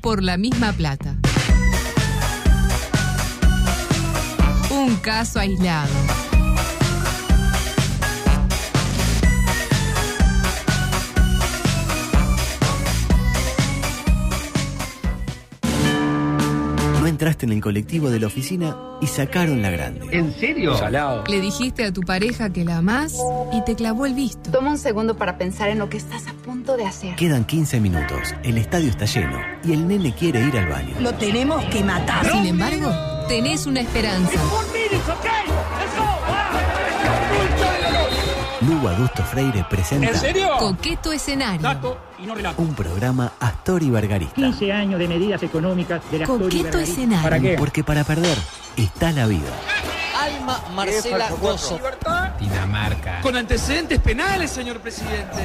por la misma plata. Un caso aislado. No entraste en el colectivo de la oficina y sacaron la grande. ¿En serio? Salado. Le dijiste a tu pareja que la amás y te clavó el visto. Toma un segundo para pensar en lo que estás a punto de hacer. Quedan 15 minutos, el estadio está lleno y el nene quiere ir al baño. Lo tenemos que Ah, matar. Sin embargo, tenés una esperanza. Lugo Adusto Freire ¿En presenta serio? Coqueto escenario. Dato y no relato. un programa Astor y Bargarista. 15 años de medidas económicas de la Coqueto ¿Para escenario. qué? Porque para perder está la vida. Alma Marcela Gozo. Con antecedentes penales, señor presidente.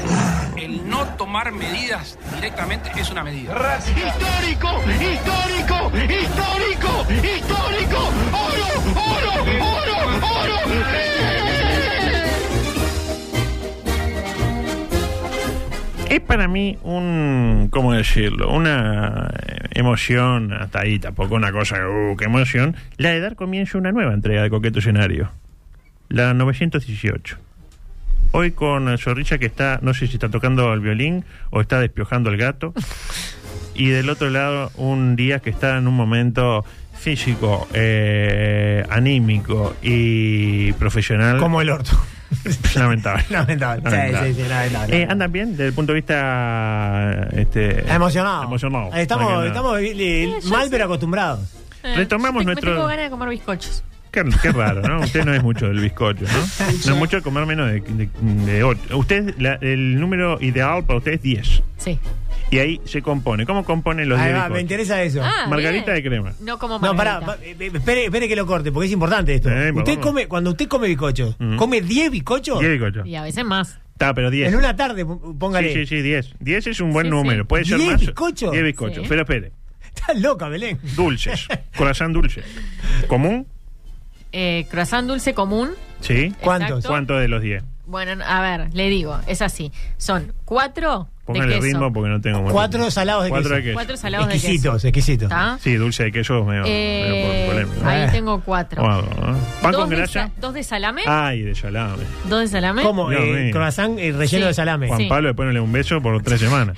El no tomar medidas directamente es una medida. ¡Histórico! ¡Histórico! ¡Histórico! ¡Histórico! ¡Oro! ¡Oro! ¡Oro! ¡Oro! Es para mí un, ¿cómo decirlo? Una eh, emoción, hasta ahí tampoco una cosa, uh, qué emoción, la de dar comienzo a una nueva entrega de Coqueto Escenario, la 918. Hoy con el Zorrilla que está, no sé si está tocando el violín o está despiojando al gato. Y del otro lado, un día que está en un momento físico, eh, anímico y profesional. Como el orto. Lamentable. Lamentable. Lamentable. Sí, sí, sí, lamentable. Eh, ¿Andan bien desde el punto de vista este, Emocionado. emocionado? Más que Estamos, nada. estamos eh, mal, pero acostumbrados. Retomamos Eh, me nuestro- Me tengo ganas de comer bizcochos. Qué, qué raro, ¿no? Usted no es mucho del bizcocho, ¿no? No es mucho de comer menos de, de, de ocho. Usted, la- el número ideal para usted es 10. Sí. Y ahí se compone. ¿Cómo componen los Ahí 10 va, me bizcochos? interesa eso. Ah, Margarita bien. de crema. No como no, margarita. pará, pa- eh, eh, espere, espere que lo corte, porque es importante esto. Eh, usted vamos. come, cuando usted come bizcocho, Mm. ¿come 10 bizcochos? 10 bizcochos. Y a veces más. Está, pero 10. En una tarde, pó- póngale. Sí, sí, sí, 10. 10 es un buen Sí, número. sí. Puede ser 10 más. bizcochos. 10 bizcochos. Sí. Pero espere. Estás loca, Belén. Dulces. Corazón dulce. ¿Común? Eh, croissant dulce común. Sí. ¿Cuántos? exacto. ¿Cuánto de los 10? Bueno, a ver, le digo, es así. Son cuatro de Póngale queso. ritmo porque no tengo mucho. Cuatro salados de Cuatro queso. de queso. Cuatro salados Exquisitos, de queso. exquisitos. ¿Está? Sí, dulce de queso medio, Eh, medio polémico. ahí Eh. tengo cuatro. Ah, ah. ¿Pan dos, con de grasa? Ah. sa- dos de salame. Ay, de salame. Dos de salame. Como Dios eh, mío. croissant eh, relleno Sí. de salame. Juan Sí. Pablo, ponele un beso por tres semanas.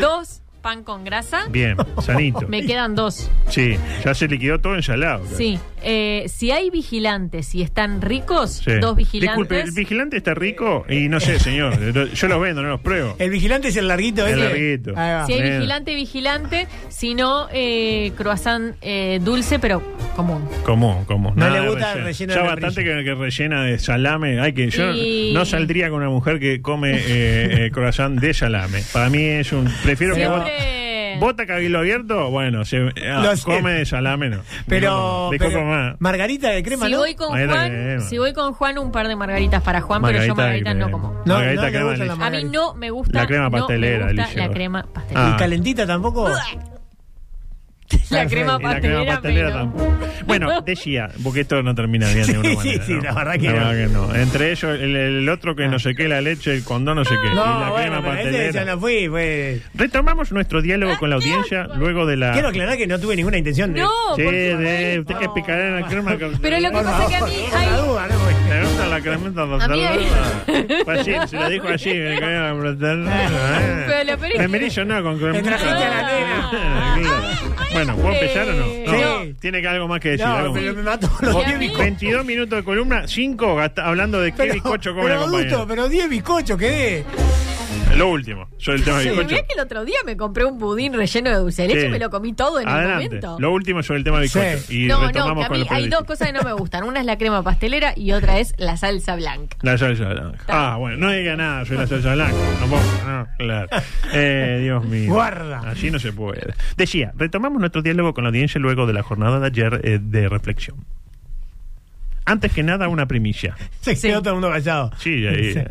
Dos pan con grasa. Bien, sanito. Me quedan dos. Sí, ya se liquidó todo ensalado. claro. Sí. Eh, si hay vigilantes y están ricos, Sí. dos vigilantes. Disculpe, ¿el vigilante está rico? Y no sé, señor. lo- Yo los vendo, no los pruebo. El vigilante es el larguito El ese. larguito. Ahí va. Si hay Bien. vigilante, vigilante. Si no, eh, croissant eh, dulce, pero común. Común, común. No Nada le de gusta el relleno Ya de bastante que, que rellena de salame. Ay, que yo Y- no saldría con una mujer que come eh, eh, croissant de salame. Para mí es un. Prefiero que. vos- Siempre. ¿Vota cabildo abierto? Bueno, se, ah, Lo sé. come de salame, no. eh, Pero, De coco pero más. margarita de crema, Si ¿no? voy con Ahí la Juan, crema. si voy con Juan, un par de margaritas para Juan, pero yo margaritas de no crema. como. No, Margarita no le crema gusta de la leche. A mí no me gusta La crema no me pastelera, gusta dice la vos. crema pastelera. Ah. ¿Y calentita tampoco? La crema Y la crema pastelera, pastelera pero- tampoco. Bueno, decía, porque esto no termina bien de ninguna Sí, manera. sí, ¿no? la verdad que no. Ah. no. Entre ellos, el, el otro que no sé qué, la leche, el condón, no sé qué. y la No, crema bueno, pero ese pastelera. ya no fui. Pues. Retomamos nuestro diálogo con la audiencia luego de la. Ah, Quiero aclarar Oh, que no tuve ninguna intención de... No, Sí, por de, supuesto. usted que picará la crema. con- Pero lo que pasa es que a mí Por la hay, duda, no, pues. Me gusta la cremita A mí hay- Fue así, se lo dijo así. Me cae la mortadela. Pero lo peor es Me que- merece no con cremita. Ah, Me trajiste a la nena. Ah, eh, Claro. Bueno, ¿puedo empezar o no? No, Sí. Tiene que algo más que decir. algo No, más. pero me mató los Y a 10 mí- bizcochos. 22 minutos de columna, 5 hablando de qué bizcocho come la pero compañera. adulto, pero 10 bizcochos quedé. Lo último, sobre el tema Sí, de bizcocho. mirá que el otro día me compré un budín relleno de dulce de leche Sí. y me lo comí todo en Adelante. el momento. Lo último sobre el tema de bizcocho. Sí. Y no, no, retomamos que a con mí los hay dos periodistas. cosas que no me gustan. Una es la crema pastelera y otra es la salsa blanca. La salsa blanca. Ah, bueno, no diga nada sobre la salsa blanca. No puedo, no, claro. Eh, Dios mío. Guarda. Así no se puede. Decía, retomamos nuestro diálogo con la audiencia luego de la jornada de ayer eh, de reflexión. Antes que nada, una primicia. Se Sí. quedó todo el mundo callado. Sí, ahí.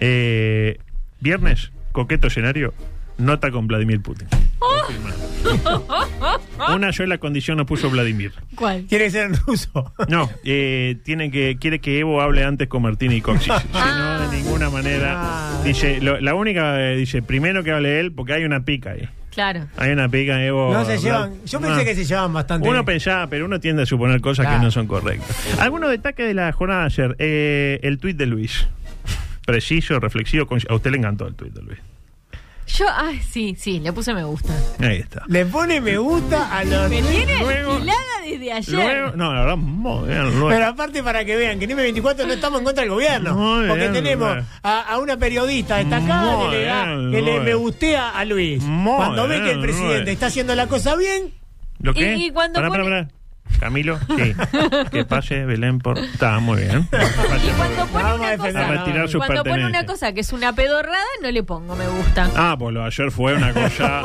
Eh, viernes, coqueto escenario, nota con Vladimir Putin. Confirmado. Una sola condición nos puso Vladimir. ¿Cuál? Tiene que ser en ruso. No, eh, tiene que, quiere que Evo hable antes con Martín y Coxis. Si Ah. no, de ninguna manera. Dice, lo- la única, eh, dice, primero que hable él, porque hay una pica ahí. Claro. Hay una pica, Evo. No se llevan. Yo pensé que se llevaban bastante. Uno bien. pensaba, pero uno tiende a suponer cosas Claro. que no son correctas. Algunos destaques de la jornada de ayer. Eh, el tuit de Luis. Preciso, reflexivo. con- A usted le encantó el tuit de Luis. Yo, ay, sí, sí, le puse me gusta. Ahí está. Le pone me gusta a los. Me tiene Luego- alquilada desde ayer. Luego, no, la verdad, muy bien. Luis. Pero aparte para que vean que en M24 no estamos en contra del gobierno. Muy porque bien, tenemos Luis. a, a una periodista destacada Muy que le, da- bien, que le Luis. me gustea a Luis. Muy Cuando ve que el bien, presidente Luis. está haciendo la cosa bien, ¿Lo Y- qué? y cuando Pará, pone- pará, pará. Camilo, sí. que pase Belén por. Está muy bien. Que pase por- Cuando pone, Vamos a una defender. A retirar cosa, sus cuando pone una pertenencias. cosa que es una pedorrada, no le pongo me gusta. Ah, pues lo de ayer fue una cosa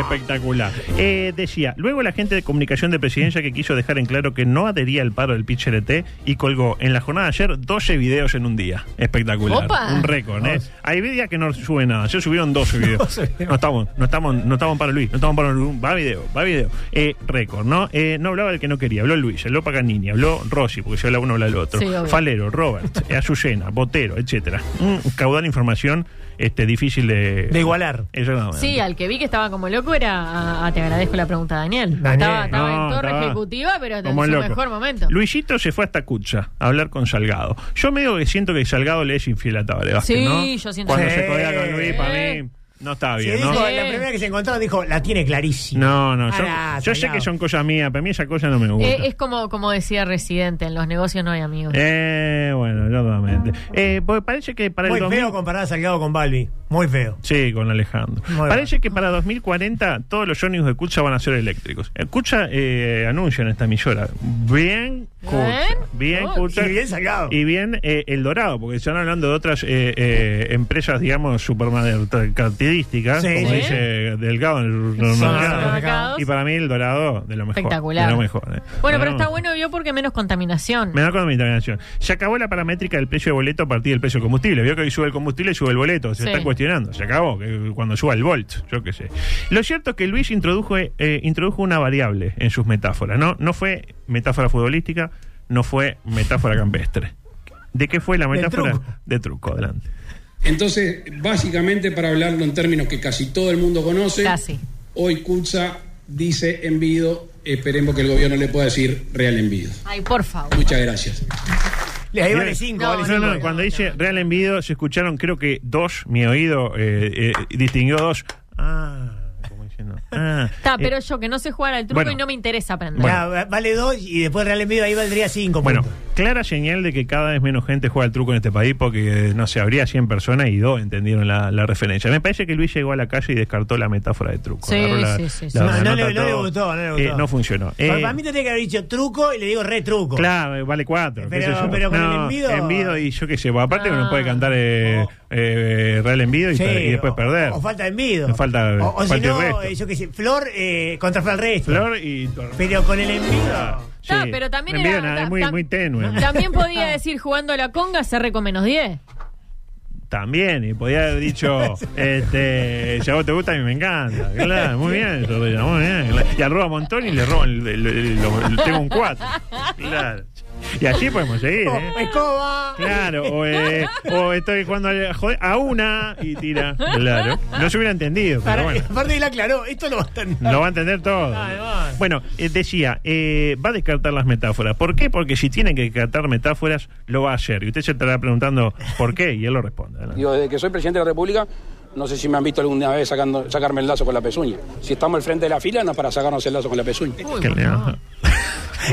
espectacular. Eh, decía, luego la gente de comunicación de presidencia que quiso dejar en claro que no adhería al paro del PIT-CRT y colgó en la jornada de ayer 12 videos en un día. Espectacular. Opa. Un récord, ¿eh? Hay días que no suben nada. Ayer subieron 12 videos. No estamos, no estamos, no estamos para Luis, no estamos para Luis. Va video, va video. Eh, récord, ¿no? Eh, no hablaba el que no quería. Habló Luis, habló Paganini, habló Rossi, porque si habla uno habla el otro. Sí, obvio. Falero, Robert, eh, Azucena, Botero, etcétera. Un caudal de información este, difícil de, de igualar. Exactamente. Sí, al que vi que estaba como loco era a, a- te agradezco la pregunta, Daniel. Daniel, estaba estaba No, en torre estaba ejecutiva, pero en como su loco. mejor momento. Luisito se fue hasta Cucha a hablar con Salgado. Yo medio que siento que Salgado le es infiel a Tabaré Vázquez, Sí, ¿no? yo siento Cuando Sí. se codea con Luis, para mí, no está Sí, bien, ¿no? dijo, Sí. La primera que se encontraron dijo, la tiene clarísima. No, no, yo, Pará, yo sé Salgado. que son cosas mías, para mí esa cosa no me gusta. Eh, es como, como decía Residente, en los negocios no hay amigos. Eh, bueno, totalmente. Eh, porque parece que para Muy el 2000... feo comparar a Salgado con Balbi. Muy feo. Sí, con Alejandro. Muy Parece que para 2040 todos los ómnibus de Cucha van a ser eléctricos. Eh, Cucha eh, anuncia en esta emisora. Bien Cucha. Bien. Bien Oh. Cucha. Y bien Salgado. Y bien eh, El Dorado, porque están hablando de otras eh, eh, empresas, digamos, supermercadísticas, Sí. como Sí. dice Delgado en el supermercado. Supermercados. Y para mí El Dorado, de lo mejor. Espectacular. De lo mejor. eh. Bueno, pero No, está bueno, vio, porque menos contaminación. me da con mi intervención. Se acabó la paramétrica del precio de boleto a partir del precio del combustible. Vio que hoy sube el combustible y sube el boleto. Se Sí. está cuestionando. Se acabó. que Cuando suba el volt, yo qué sé. Lo cierto es que Luis introdujo, eh, eh, introdujo una variable en sus metáforas. No, no fue metáfora futbolística, no fue metáfora campestre. ¿De qué fue la Del metáfora? truco. De truco, adelante. Entonces, básicamente, para hablarlo en términos que casi todo el mundo conoce, Casi. hoy Kutza dice envido, esperemos que el gobierno le pueda decir real envido. Ay, por favor. Muchas gracias. Ahí Mira, vale 5, no, vale No, 5. no, cuando dice Real Envido se escucharon creo que dos, mi oído eh, eh, distinguió dos. Ah, como diciendo. Ah, Está, Eh, pero yo que no sé jugar al truco bueno. y no me interesa aprender. Ya, va- vale 2 y después Real Envido ahí valdría 5. Bueno, clara señal de que cada vez menos gente juega al truco en este país porque, eh, no sé, habría 100 personas y dos entendieron la, la referencia. Me parece que Luis llegó a la calle y descartó la metáfora de truco. Sí, Agarró la- sí, sí, sí. la- No, la no nota le- no le todo. gustó, no le Eh, gustó. no funcionó. Eh, Para mí tendría que haber dicho truco y le digo re truco. Claro, eh, vale cuatro. qué Pero- sé yo. pero con el No, envido- envido y yo qué sé. pues, Aparte, Ah. uno puede cantar eh, Oh. eh, Real Envido y, Sí, per- y después o- perder. O, falta de envido. Falta- o, o si falta el no, resto. eh, yo qué sé, Flor eh, contra Flor Resto. Flor y. Pero con el Oh, envido. Sí, Está, pero también envido era, nada, es ta- muy, tam- muy tenue. También podía decir jugando a la conga cerré con menos 10. También, y podía haber dicho, este, si a vos te gusta, a mí me encanta. Claro, muy bien, Zorrilla, muy bien. claro. Y arroba Montoni y le roban, el- el- el- lo- lo- tengo un 4. Claro. Y así podemos seguir, ¿eh? O Escoba. Claro, o, eh, o estoy jugando a, joder, a una y tira. Claro. No se hubiera entendido, pero Para- bueno. Aparte él aclaró, esto lo va a tener. Lo va a entender todo. Además. Bueno, eh, decía, eh, va a descartar las metáforas. ¿Por qué? Porque si tiene que descartar metáforas, lo va a hacer. Y usted se estará preguntando por qué, y él lo responde. adelante. Digo, desde que soy presidente de la República, no sé si me han visto alguna vez sacando, sacarme el lazo con la pezuña. Si estamos al frente de la fila, no es para sacarnos el lazo con la pezuña. Que le-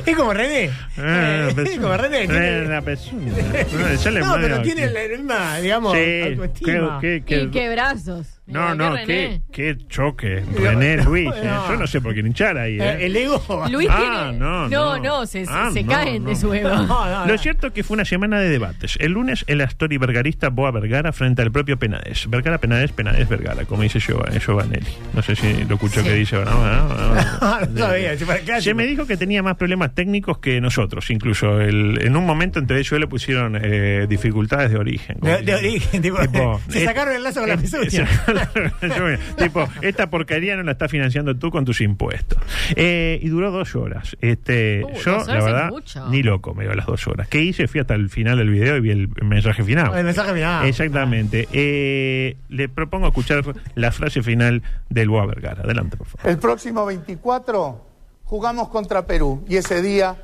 Es como René. Ah, Eh, es como pezuña. René. Eh, tiene- la pezuña. Eh, ya le No, mueve pero aquí. tiene la misma, digamos, Sí, autoestima. qué- qué- qué- Y qué brazos. No, Mira, no, qué qué, René. qué choque. René Luis. eh. No. Yo no sé por qué hinchar ahí. eh. Eh, El ego. Luis Ah, tiene- no, no, no. se, se- Ah, se no, caen no. de su ego. No, no, Lo no. cierto es que fue una semana de debates. El lunes, el actor y vergarista Boa Vergara frente al propio Penades. Vergara, Penades, Penades, Vergara, como dice Giova- Giovanelli. No sé si lo escuchó que dice. ¿no? Ah, ah, No sabía, se fue al clásico. Se me dijo que tenía más problemas técnicos que nosotros, incluso. El- en un momento entre ellos le pusieron eh, dificultades de origen. como De- de dicen. origen, tipo, se sacaron el lazo con la eh, pezuña. se sacaron Yo- tipo, esta porquería no la estás financiando tú con tus impuestos. Eh, y duró dos horas. Este, Uh, yo, dos la horas es verdad, mucho. ni loco me dio las dos horas. ¿Qué hice? Fui hasta el final del video y vi el mensaje final. El mensaje final. Exactamente. Eh, le propongo escuchar la frase final del Boa Vergara. Adelante, por favor. El próximo 24 jugamos contra Perú y ese día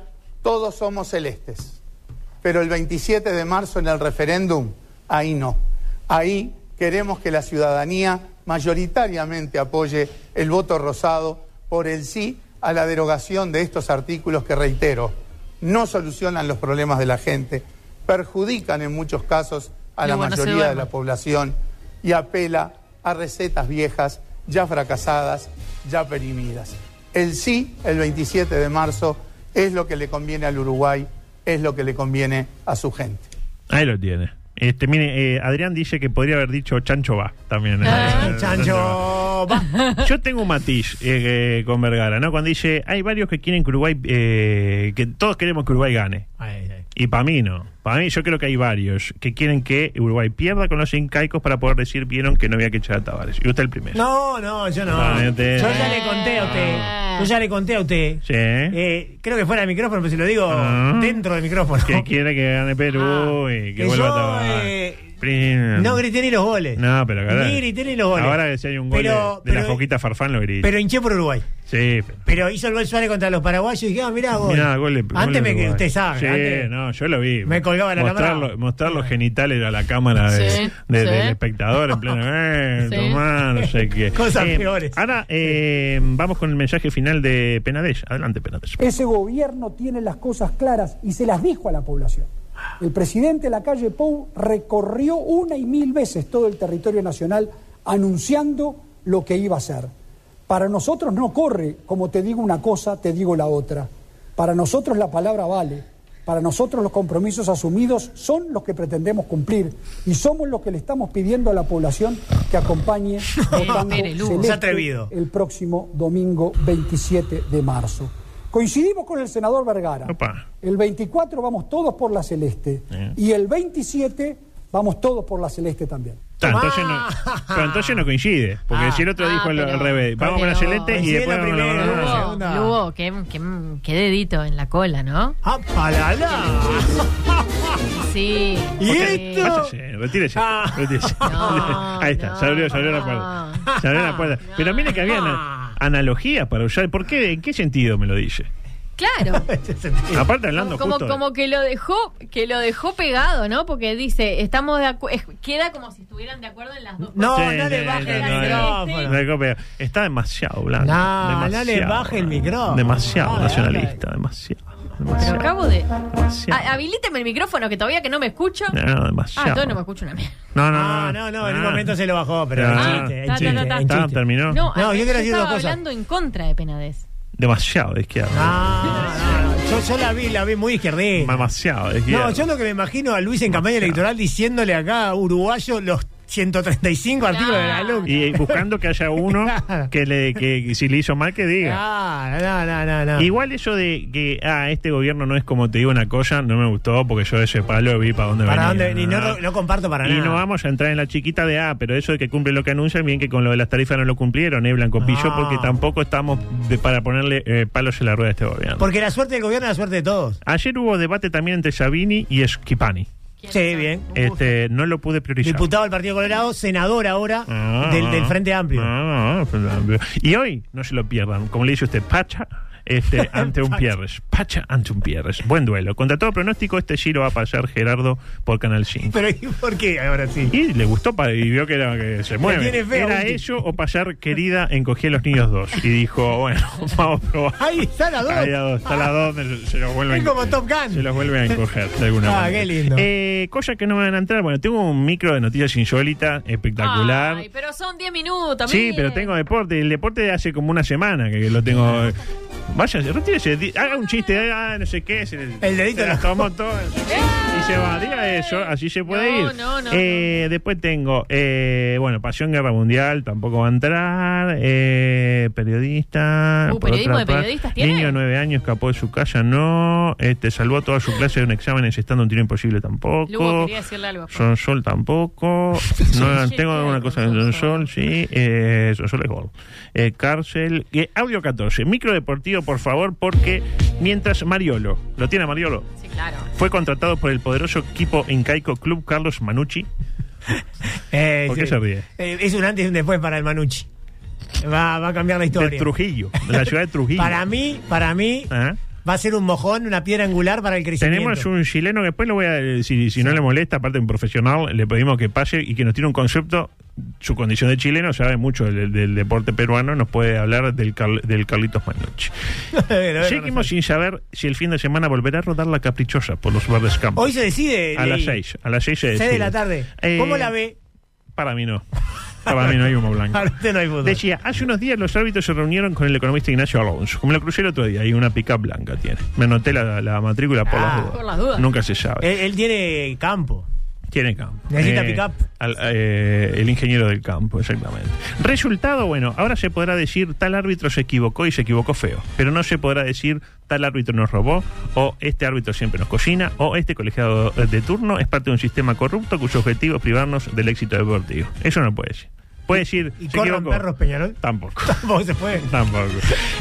todos somos celestes. Pero el 27 de marzo en el referéndum, ahí no. Ahí queremos que la ciudadanía mayoritariamente apoye el voto rosado por el sí a la derogación de estos artículos que, reitero, no solucionan los problemas de la gente, perjudican en muchos casos a Y la bueno, se mayoría de duerme. la población y apela a recetas viejas, ya fracasadas, ya perimidas. El sí, el 27 de marzo, es lo que le conviene al Uruguay, es lo que le conviene a su gente. Ahí lo tiene. Este, mire, eh, Adrián dice que podría haber dicho Chancho va también. Ah, Eh, Chancho, va. Yo tengo un matiz eh, eh, con Vergara, ¿no? Cuando dice, hay varios que quieren que Uruguay, eh, que todos queremos que Uruguay gane. Ay, ay. Y para mí no. Para mí yo creo que hay varios que quieren que Uruguay pierda con los incaicos para poder decir, vieron que no había que echar a Tavares. Y usted el primero. No, no, yo no. Ah, Yo yo te- ya le conté a usted. Yo ya le conté a usted. Sí. Eh, creo que fuera de micrófono, pero si lo digo Ah. dentro del micrófono. Que quiere que gane Perú y que, Ah, Que vuelva yo, a Tavares. eh, Prim. No grité ni los goles. No, pero acá- Ni grité ni los goles. Ahora que si hay un gol Pero- de, de la pero- foquita Farfán lo grita. Pero hinché por Uruguay. sí, pero- Pero hizo el gol Suárez contra los paraguayos y dije, ah, mirá, gol. Mirá, gol de- gol antes de me que Uruguay. usted sabe. Sí, antes- no, yo lo vi. Me colgaba la mostrar cámara. lo- mostrar los genitales a la cámara de- Sí, de- sí. del espectador en pleno. Eh, Sí. tomá, no sé qué. Cosas Eh, peores. Ahora eh, vamos con el mensaje final de Penadez. Adelante, Penadez. Ese gobierno tiene las cosas claras y se las dijo a la población. El presidente de la calle Pou recorrió una y mil veces todo el territorio nacional anunciando lo que iba a hacer. Para nosotros no corre, como te digo una cosa, te digo la otra. Para nosotros la palabra vale. Para nosotros los compromisos asumidos son los que pretendemos cumplir y somos los que le estamos pidiendo a la población que acompañe votando Pérez Lugo. celeste Se ha atrevido. el próximo domingo 27 de marzo. Coincidimos con el senador Vergara. Opa. El 24 vamos todos por la celeste Eh. y el 27 vamos todos por la celeste también. Ta, entonces, no, pero entonces no coincide. Porque Ah. si el otro Ah, dijo al- pero- al revés, vamos con la pero- celeste y Coincide después la vamos con primera, la ¿no? otra. segunda. Lugo, qué, qué, qué dedito en la cola, ¿no? ¡Ah, palala! Sí. ¿Y porque- esto? Váyase, retírese. Ah. retírese. No, Ahí está, no, se abrió, se abrió la no. puerta. Se abrió la puerta. No. Pero mire que había ana- analogías para usar. ¿Por qué? ¿En qué sentido me lo dice? Claro. Aparte hablando como, justo. eh. como que lo dejó que lo dejó pegado no porque dice estamos de acu- es- queda como si estuvieran de acuerdo en las dos No, Sí, no le sí, baje sí, el no, no, micrófono. no hay copia. Está demasiado blanco. No, no demasiado, le baje el micrófono. Demasiado Dale, nacionalista, demasiado. pero demasiado acabo de demasiado. Ah, habilíteme el micrófono que todavía que no me escucho no, ah demasiado. entonces no me escucho una mierda No, no, No, Ah, no, no, en un momento se lo bajó, pero Ah. en chiste, en Ta, ta, chiste, ta, ta. en Está, chiste. terminó. no, No, a- yo quiero decir estaba una cosa. hablando en contra de Penades Demasiado de izquierda. Ah, no, no, yo, yo la vi, la vi muy izquierdista. Demasiado de izquierda. No, yo lo que me imagino a Luis en campaña electoral diciéndole acá a uruguayo los 135 artículos de la LUC. Y buscando que haya uno Claro. que, le, que si le hizo mal que diga. Claro, Ah, no, no, no, no. Igual eso de que, ah, este gobierno no es como te digo una cosa, no me gustó porque yo ese palo vi para dónde para venía. dónde venir, no, no comparto para Y nada. no vamos a entrar en la chiquita de, ah, pero eso de que cumple lo que anuncian, bien que con lo de las tarifas no lo cumplieron, eh, Blanco Pillo, No. porque tampoco estamos de- para ponerle eh, palos en la rueda a este gobierno. Porque la suerte del gobierno es la suerte de todos. Ayer hubo debate también entre Sabini y Schipani. Sí, bien. Este, no lo pude priorizar. Diputado del Partido Colorado, senador ahora Ah, del, del Frente Amplio. ah, ah, Frente Amplio. Y hoy, no se lo pierdan, como le dice usted, Pacha este, ante un Pacha. Pierres. Pacha ante un Pierres. Buen duelo. Contra todo pronóstico, este giro va a pasar Gerardo por Canal 5. Pero ¿y por qué ahora sí? Y le gustó pa- y vio que, era, que se mueve. tiene fe a ¿Era Guti. eso o pasar querida encogí a los niños dos? Y dijo, bueno, vamos a probar. Ahí está la dos. Ahí a dos, está la dos, se- se los vuelven Es como Top Gun. Se los vuelven a encoger de alguna Ah, manera. qué lindo. Eh, cosas que no me van a entrar. Bueno, tengo un micro de noticias insólitas, espectacular. Ay, pero son 10 minutos Sí, miren. ¡Eh! pero tengo deporte. El deporte de hace como una semana que lo tengo. Váyanse, retírese, di- haga un chiste, haga ah, no sé qué. El dedito de lo- las tomó todo. Y se va, diga eso, así se puede No, ir. no, no, Eh, Después tengo, eh, bueno, Pasión Guerra Mundial, tampoco va a entrar. eh, periodista. Uh, por periodismo otra de parte. periodistas tiene. Niño de 9 años, escapó de su casa, no. Este, salvó a toda su clase de un examen encestando un tiro imposible tampoco. Lugo quería decirle algo. por Son favor. Sol tampoco. No, Sí, tengo claro, alguna cosa de con Son Sol. Sol, sí. Eh, Son Sol es gol. Eh, cárcel. eh, audio 14. Micro deportivo, por favor, porque mientras Mariolo, ¿lo tiene Mariolo? Sí, claro. Fue contratado por el poderoso equipo incaico Club Carlos Manucci. Eh, ¿Por qué se ríe? Eh, es un antes y un después para el Manucci. Va, va a cambiar la historia. De Trujillo, de la ciudad de Trujillo. Para mí, para mí, Ajá. va a ser un mojón, una piedra angular para el crecimiento. Tenemos un chileno que después lo voy a. Si, si no le molesta, aparte de un profesional, le pedimos que pase y que nos tiene un concepto. Su condición de chileno sabe mucho del, del deporte peruano, nos puede hablar del, Carl- del Carlitos Manucci. Pero, bueno, Seguimos sin saber si el fin de semana volverá a rodar la caprichosa por los verdes campos. Hoy se decide. a las Ley. 6. A las 6 se Seis decide. de la tarde. Eh, ¿Cómo la ve? Para mí no. Para mí no hay humo blanco. Ahora usted no hay fútbol. Decía, hace unos días los árbitros se reunieron con el economista Ignacio Alonso. Como lo crucé el otro día, hay una pica blanca tiene. Me anoté la, la matrícula por, Ah. las dudas. Por las dudas. Nunca se sabe. él, él tiene campo. Tiene campo. Necesita pick-up. al- eh, el ingeniero del campo, exactamente. Resultado, bueno, ahora se podrá decir tal árbitro se equivocó y se equivocó feo. Pero no se podrá decir tal árbitro nos robó, o este árbitro siempre nos cocina, o este colegiado de turno es parte de un sistema corrupto cuyo objetivo es privarnos del éxito deportivo. Eso no puede decir. Puede decir. ¿Y se corran equivocó. perros, Peñarol? Tampoco. Tampoco se puede. Tampoco.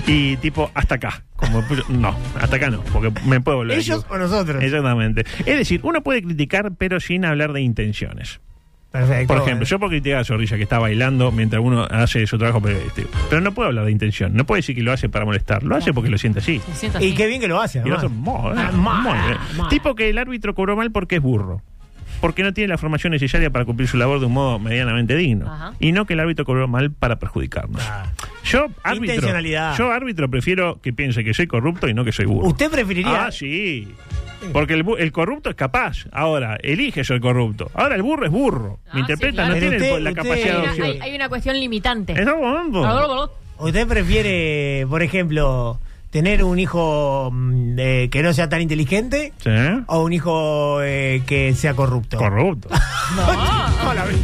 Y tipo, hasta acá. Como, no, hasta acá no, porque me puedo volver. ¿Ellos loco. o nosotros? Exactamente. Es decir, uno puede criticar, pero sin hablar de intenciones. Perfecto. Por ejemplo, bueno. yo puedo criticar a Zorrilla que está bailando mientras uno hace su trabajo periodístico. Pero no puedo hablar de intención. No puedo decir que lo hace para molestar. Lo hace porque lo siente así. Me siento Y así. qué bien que lo hace, Y el además. otro, mo- Ah, mo- ma- eh. ma- Tipo que el árbitro cobró mal porque es burro. Porque no tiene la formación necesaria para cumplir su labor de un modo medianamente digno. Ajá. Y no que el árbitro cobró mal para perjudicarnos. Ah. Yo, árbitro, Intencionalidad. yo, árbitro, prefiero que piense que soy corrupto y no que soy burro. ¿Usted preferiría? Ah, sí. Porque el, bu- el corrupto es capaz. Ahora, elige ser corrupto. Ahora, el burro es burro. Ah, Me interpreta, sí, no claro. Pero tiene usted- el- la usted- capacidad de Hay una- opción. hay, hay una cuestión limitante. Está bombo. ¿Usted prefiere, por ejemplo, tener un hijo mm, eh, que no sea tan inteligente Sí. o un hijo eh, que sea corrupto? Corrupto. No, la vi.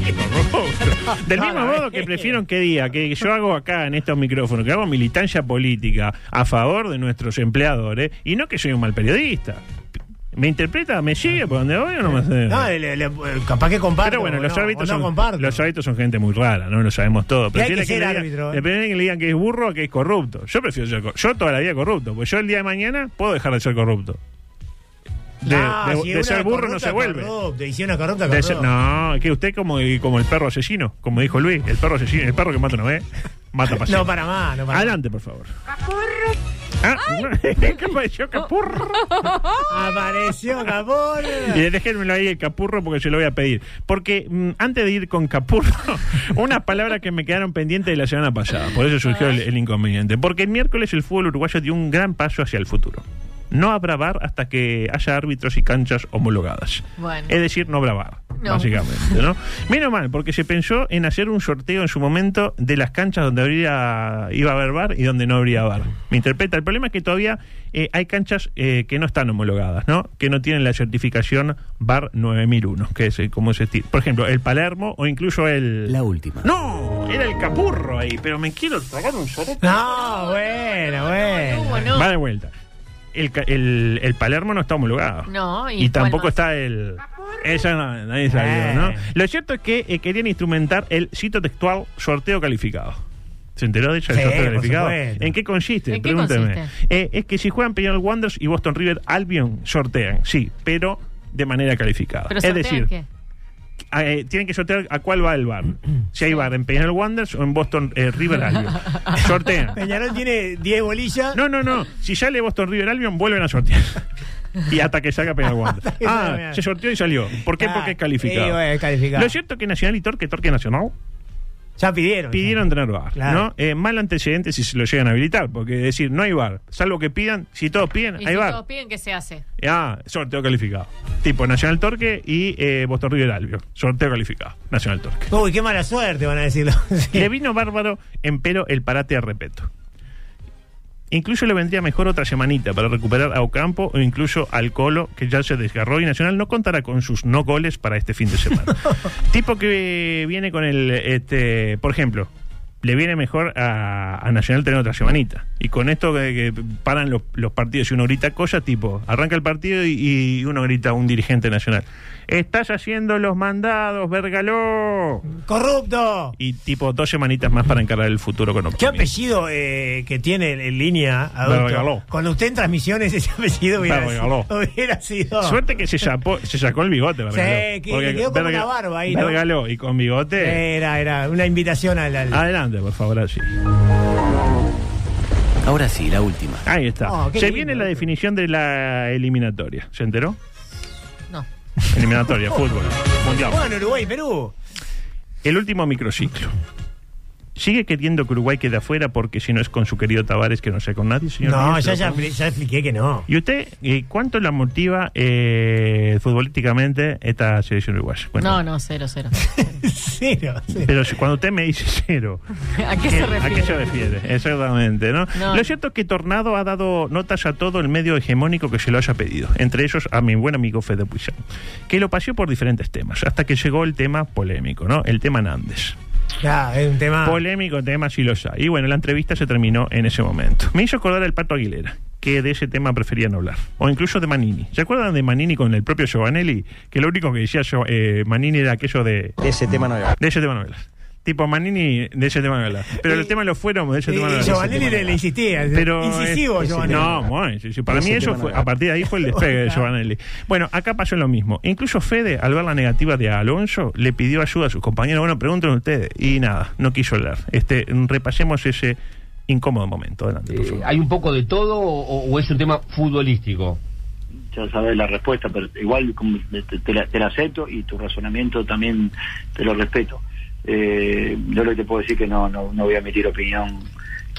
Corrupto. Del No, mismo la modo ve. que prefiero que diga que yo hago acá en estos micrófonos, que hago militancia política a favor de nuestros empleadores y no que soy un mal periodista. ¿Me interpreta? ¿Me sigue por donde voy o no me sigue? No, le- le- capaz que comparto. Pero bueno, o los no, árbitros o no comparto. son los árbitros son gente muy rara, no lo sabemos todo. Y hay que Prefieren ser le digan- árbitro, ¿eh? le prefieren que le digan que es burro a que es corrupto. Yo prefiero ser cor- yo toda la vida corrupto, porque yo el día de mañana puedo dejar de ser corrupto. De, Ah, de- si de una ser burro no corrupta, se vuelve. corrupta, y si una corrupta, De ser- corrupta. no, que usted como, como el perro asesino, como dijo Luis, el perro asesino, el perro que mata no ve, mata pasión. No, para más, no para más. Adelante, por favor. Ah, ¿Cómo yo capurro? Ah, Apareció Capón. Y déjenmelo ahí el capurro porque se lo voy a pedir. Porque mm, antes de ir con capurro, unas palabras que me quedaron pendientes de la semana pasada. Por eso surgió el, el inconveniente. Porque el miércoles el fútbol uruguayo dio un gran paso hacia el futuro. No habrá bar hasta que haya árbitros y canchas homologadas. Bueno. Es decir, no habrá bar, No. básicamente. ¿no? Menos mal, porque se pensó en hacer un sorteo en su momento de las canchas donde habría, iba a haber bar y donde no habría bar. Me interpreta. El problema es que todavía eh, hay canchas eh, que no están homologadas, ¿no? que no tienen la certificación bar 9001, que es eh, como se estilo. Por ejemplo, el Palermo o incluso el. La última. ¡No! Era el capurro ahí, pero me quiero tragar un sorete. No, bueno, bueno. Hugo, no. Va de vuelta. El, ca- el, el Palermo no está homologado. No, y y, tampoco cuál más. está el. Eso no, nadie sabía, Eh. ¿no? Lo cierto es que eh, querían instrumentar el cito textual sorteo calificado. ¿Se enteró de eso? el Sí, sorteo por calificado? supuesto. ¿En qué consiste? ¿En qué Pregúnteme. consiste? Eh, es que si juegan Peñarol Wanderers y Boston River Albion sortean, sí, pero de manera calificada. Pero es sortean decir, qué? a- eh, tienen que sortear a cuál va el bar. Si hay bar en Peñarol Wanderers o en Boston eh, River Albion. Sortean. Peñarol tiene 10 bolillas. No, no, no. Si sale Boston River Albion, vuelven a sortear. Y hasta que salga Peñarol Wander. Hasta que salga Ah, Peñarol. se sorteó y salió. ¿Por qué? Ah, Porque es calificado. sí, bueno, es calificado. Lo cierto es que Nacional y Torque, Torque Nacional, Ya pidieron. pidieron tener bar. Claro. ¿no? Eh, mal antecedente si se lo llegan a habilitar. Porque es decir, no hay bar. Salvo que pidan, si todos piden, Y hay si bar. todos piden, ¿qué se hace? Ah, sorteo calificado. Tipo Nacional Torque y eh, Boston River Albion. Sorteo calificado. Nacional Torque. Uy, qué mala suerte, van a decirlo. Sí. Le vino bárbaro, empero, el parate a repeto. Incluso le vendría mejor otra semanita para recuperar a Ocampo o incluso al Colo, que ya se desgarró y Nacional no contará con sus no goles para este fin de semana. tipo que viene con el, este, por ejemplo, le viene mejor a, a Nacional tener otra semanita. Y con esto que, que paran los, los partidos y uno grita cosas, tipo, arranca el partido y, y uno grita a un dirigente nacional. Estás haciendo los mandados, Vergaló. Corrupto. Y tipo dos semanitas más para encarar el futuro con ¿Qué optimismo. apellido eh, que tiene en línea? adulto? regaló. Cuando usted en transmisiones ese apellido hubiera, Me regaló. sido- hubiera sido. Suerte que se, chapó- se sacó el bigote, Vergaló. Sí, que le quedó como una barba ahí, ¿no? Vergaló y con bigote. Era, era una invitación al. al- Adelante, por favor, así. Ahora sí, la última. Ahí está. Oh, qué se lindo, viene la definición de la eliminatoria. ¿Se enteró? No. Eliminatoria, fútbol, mundial. Bueno, Uruguay, Perú. El último microciclo. ¿Sigue queriendo que Uruguay quede afuera porque si no es con su querido Tavares que no sea con nadie, señor? No, ministro? ya, ya, ya expliqué que no. ¿Y usted eh, cuánto la motiva eh, futbolísticamente esta selección uruguaya? Bueno, No, no, cero, cero. Cero. cero. Pero si- cuando usted me dice cero, ¿A qué se refiere? ¿a qué se refiere? Exactamente, ¿no? No. Lo cierto es que Tornado ha dado notas a todo el medio hegemónico que se lo haya pedido, entre ellos a mi buen amigo Fede Puigdemont, que lo paseó por diferentes temas, hasta que llegó el tema polémico, ¿no? El tema Nández. Ya, es un tema. Polémico tema, sí lo hay. Y bueno, la entrevista se terminó en ese momento. Me hizo acordar al Pato Aguilera, que de ese tema prefería no hablar. O incluso de Manini. ¿Se acuerdan de Manini con el propio Giovanelli? Que lo único que decía yo, eh, Manini era aquello de... De ese tema no De ese tema no hablas. Tipo Manini, de ese tema no hablas. Pero los temas los fueron, de ese tema no Y hablas. Giovanelli le, le insistía. Pero incisivo, es- Giovanelli. No, bueno, sí, sí, para Ese mí eso tema no fue, era. a partir de ahí fue el despegue de Giovanelli. Bueno, acá pasó lo mismo. Incluso Fede, al ver la negativa de Alonso, le pidió ayuda a sus compañeros. Bueno, pregunten ustedes. Y nada, no quiso hablar. Este, repasemos ese incómodo momento. Adelante, por favor. eh, ¿Hay un poco de todo o, o es un tema futbolístico? ya sabes la respuesta, pero igual como te, te la, te la acepto y tu razonamiento también te lo respeto. Eh, yo lo que te puedo decir que no, no, no voy a emitir opinión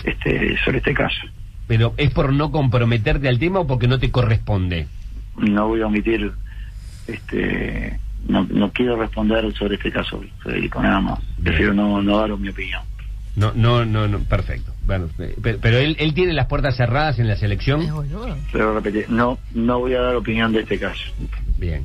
este, sobre este caso. Pero es por no comprometerte al tema o porque no te corresponde. No voy a omitir, este, no, no quiero responder sobre este caso, Federico, nada más. Prefiero no, no dar mi opinión. No, no, no, no, perfecto. Bueno, eh, pe- pero, él, él tiene las puertas cerradas en la selección. Pero repetir, no, no voy a dar opinión de este caso. Bien.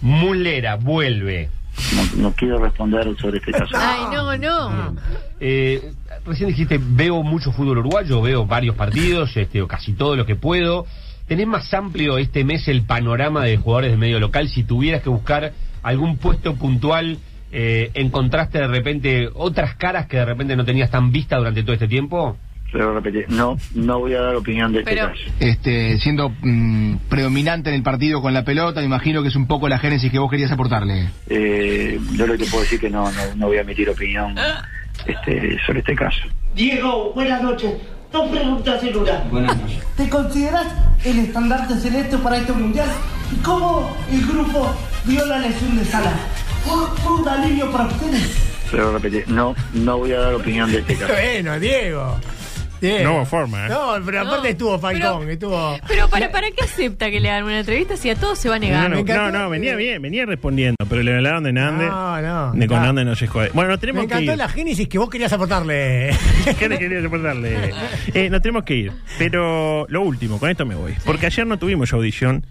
Mulera vuelve. No, no quiero responder sobre este caso. Ay, no, no. Eh, recién dijiste, veo mucho fútbol uruguayo, veo varios partidos, este, o casi todo lo que puedo. ¿Tenés más amplio este mes el panorama de jugadores de medio local? Si tuvieras que buscar algún puesto puntual, eh, ¿encontraste de repente otras caras que de repente no tenías tan vista durante todo este tiempo? Pero repetir, no, no voy a dar opinión de este Pero- caso. Este, siendo mm, predominante en el partido con la pelota, me imagino que es un poco la génesis que vos querías aportarle. Eh, yo lo que puedo decir que no, no, no voy a emitir opinión este, sobre este caso. Diego, buenas noches. Dos preguntas en una. ¿Te consideras el estandarte celeste para este mundial? ¿Y cómo el grupo vio la lesión de Salah? ¿Fue, fue un alivio para ustedes? Pero repetir, no, no voy a dar opinión de este caso. Bueno, Diego. Diego. No hubo forma, ¿eh? No, pero No, aparte estuvo Falcón, pero- estuvo. Pero para, ¿para qué acepta que le hagan una entrevista si a todos se va a negar? No, no, no, venía bien, venía respondiendo, pero le hablaron de Nández. No, no. De con Ah. Nández no se jode. Bueno, nos Me tenemos que encantó ir. la génesis que vos querías aportarle. ¿Qué le quería reportarle? Eh, nos tenemos que ir. Pero lo último, con esto me voy. Porque ayer no tuvimos audición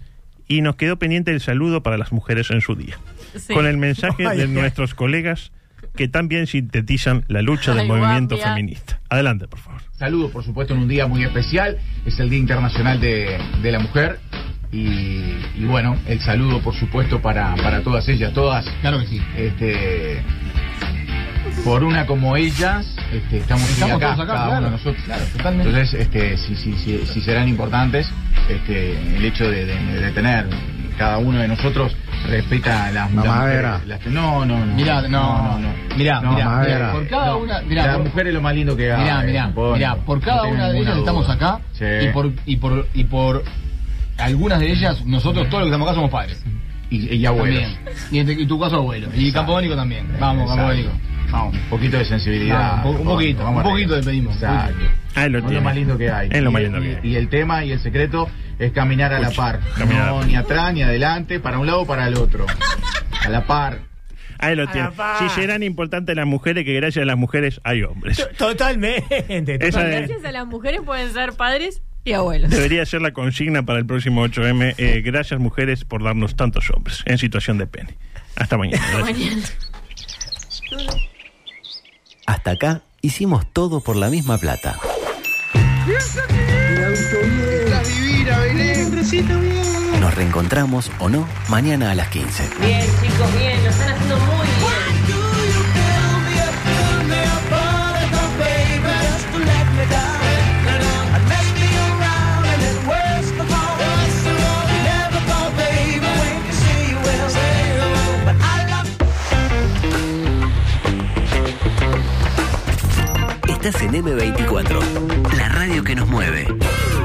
y nos quedó pendiente el saludo para las mujeres en su día. Sí. Con el mensaje Ay, de qué- nuestros colegas que también sintetizan la lucha del Ay, movimiento guapia. feminista. Adelante, por favor. Saludos, por supuesto, en un día muy especial. Es el Día Internacional de, de la Mujer. Y, y bueno, el saludo, por supuesto, para, para todas ellas. Todas. Claro que sí. Este, por una como ellas, este, estamos, hoy Estamos acá, todos acá, cada uno claro. de nosotros. Claro, totalmente. Entonces, este, si, si, si, si serán importantes, este, el hecho de, de- de tener cada uno de nosotros respeta las las Mamadera. mujeres, las- no, no, no. Mirá, no, no, Mirá, mirá, mirá, por cada No, una- mirá, las por- mujeres lo más lindo que hay. Mirá, mirá, Bueno, mirá, por no cada tengo una de ninguna ellas estamos duda. acá Sí. y por y por y por algunas de ellas nosotros todos los que estamos acá somos padres. Y, y abuelos. También. Y en, y tu caso abuelo. Y Exacto. Campodónico también. Vamos, Exacto. Campodónico. Vamos. Un poquito de sensibilidad. Vamos, un Vamos, poquito, vamos un arriba. poquito le pedimos. Exacto. Ahí Ah, lo Es lo tiene. más lindo que hay. Es lo más Y- lindo que y- hay. Y el tema y el secreto es caminar a la par. caminar a la No, par. ni atrás ni adelante, para un lado o para el otro. A la par. Ahí lo A la tiene. par. Si serán importantes las mujeres, que gracias a las mujeres hay hombres. Totalmente. Esa de- Gracias a las mujeres pueden ser padres y abuelos. debería ser la consigna para el próximo 8M. eh, gracias, mujeres, por darnos tantos hombres en situación de pene. Hasta mañana. Gracias. Hasta acá hicimos todo por la misma plata. Estás divina, Belén. bien. Nos reencontramos o no mañana a las 15. Bien, chicos, bien. Lo están haciendo muy Estás en M24, la radio que nos mueve.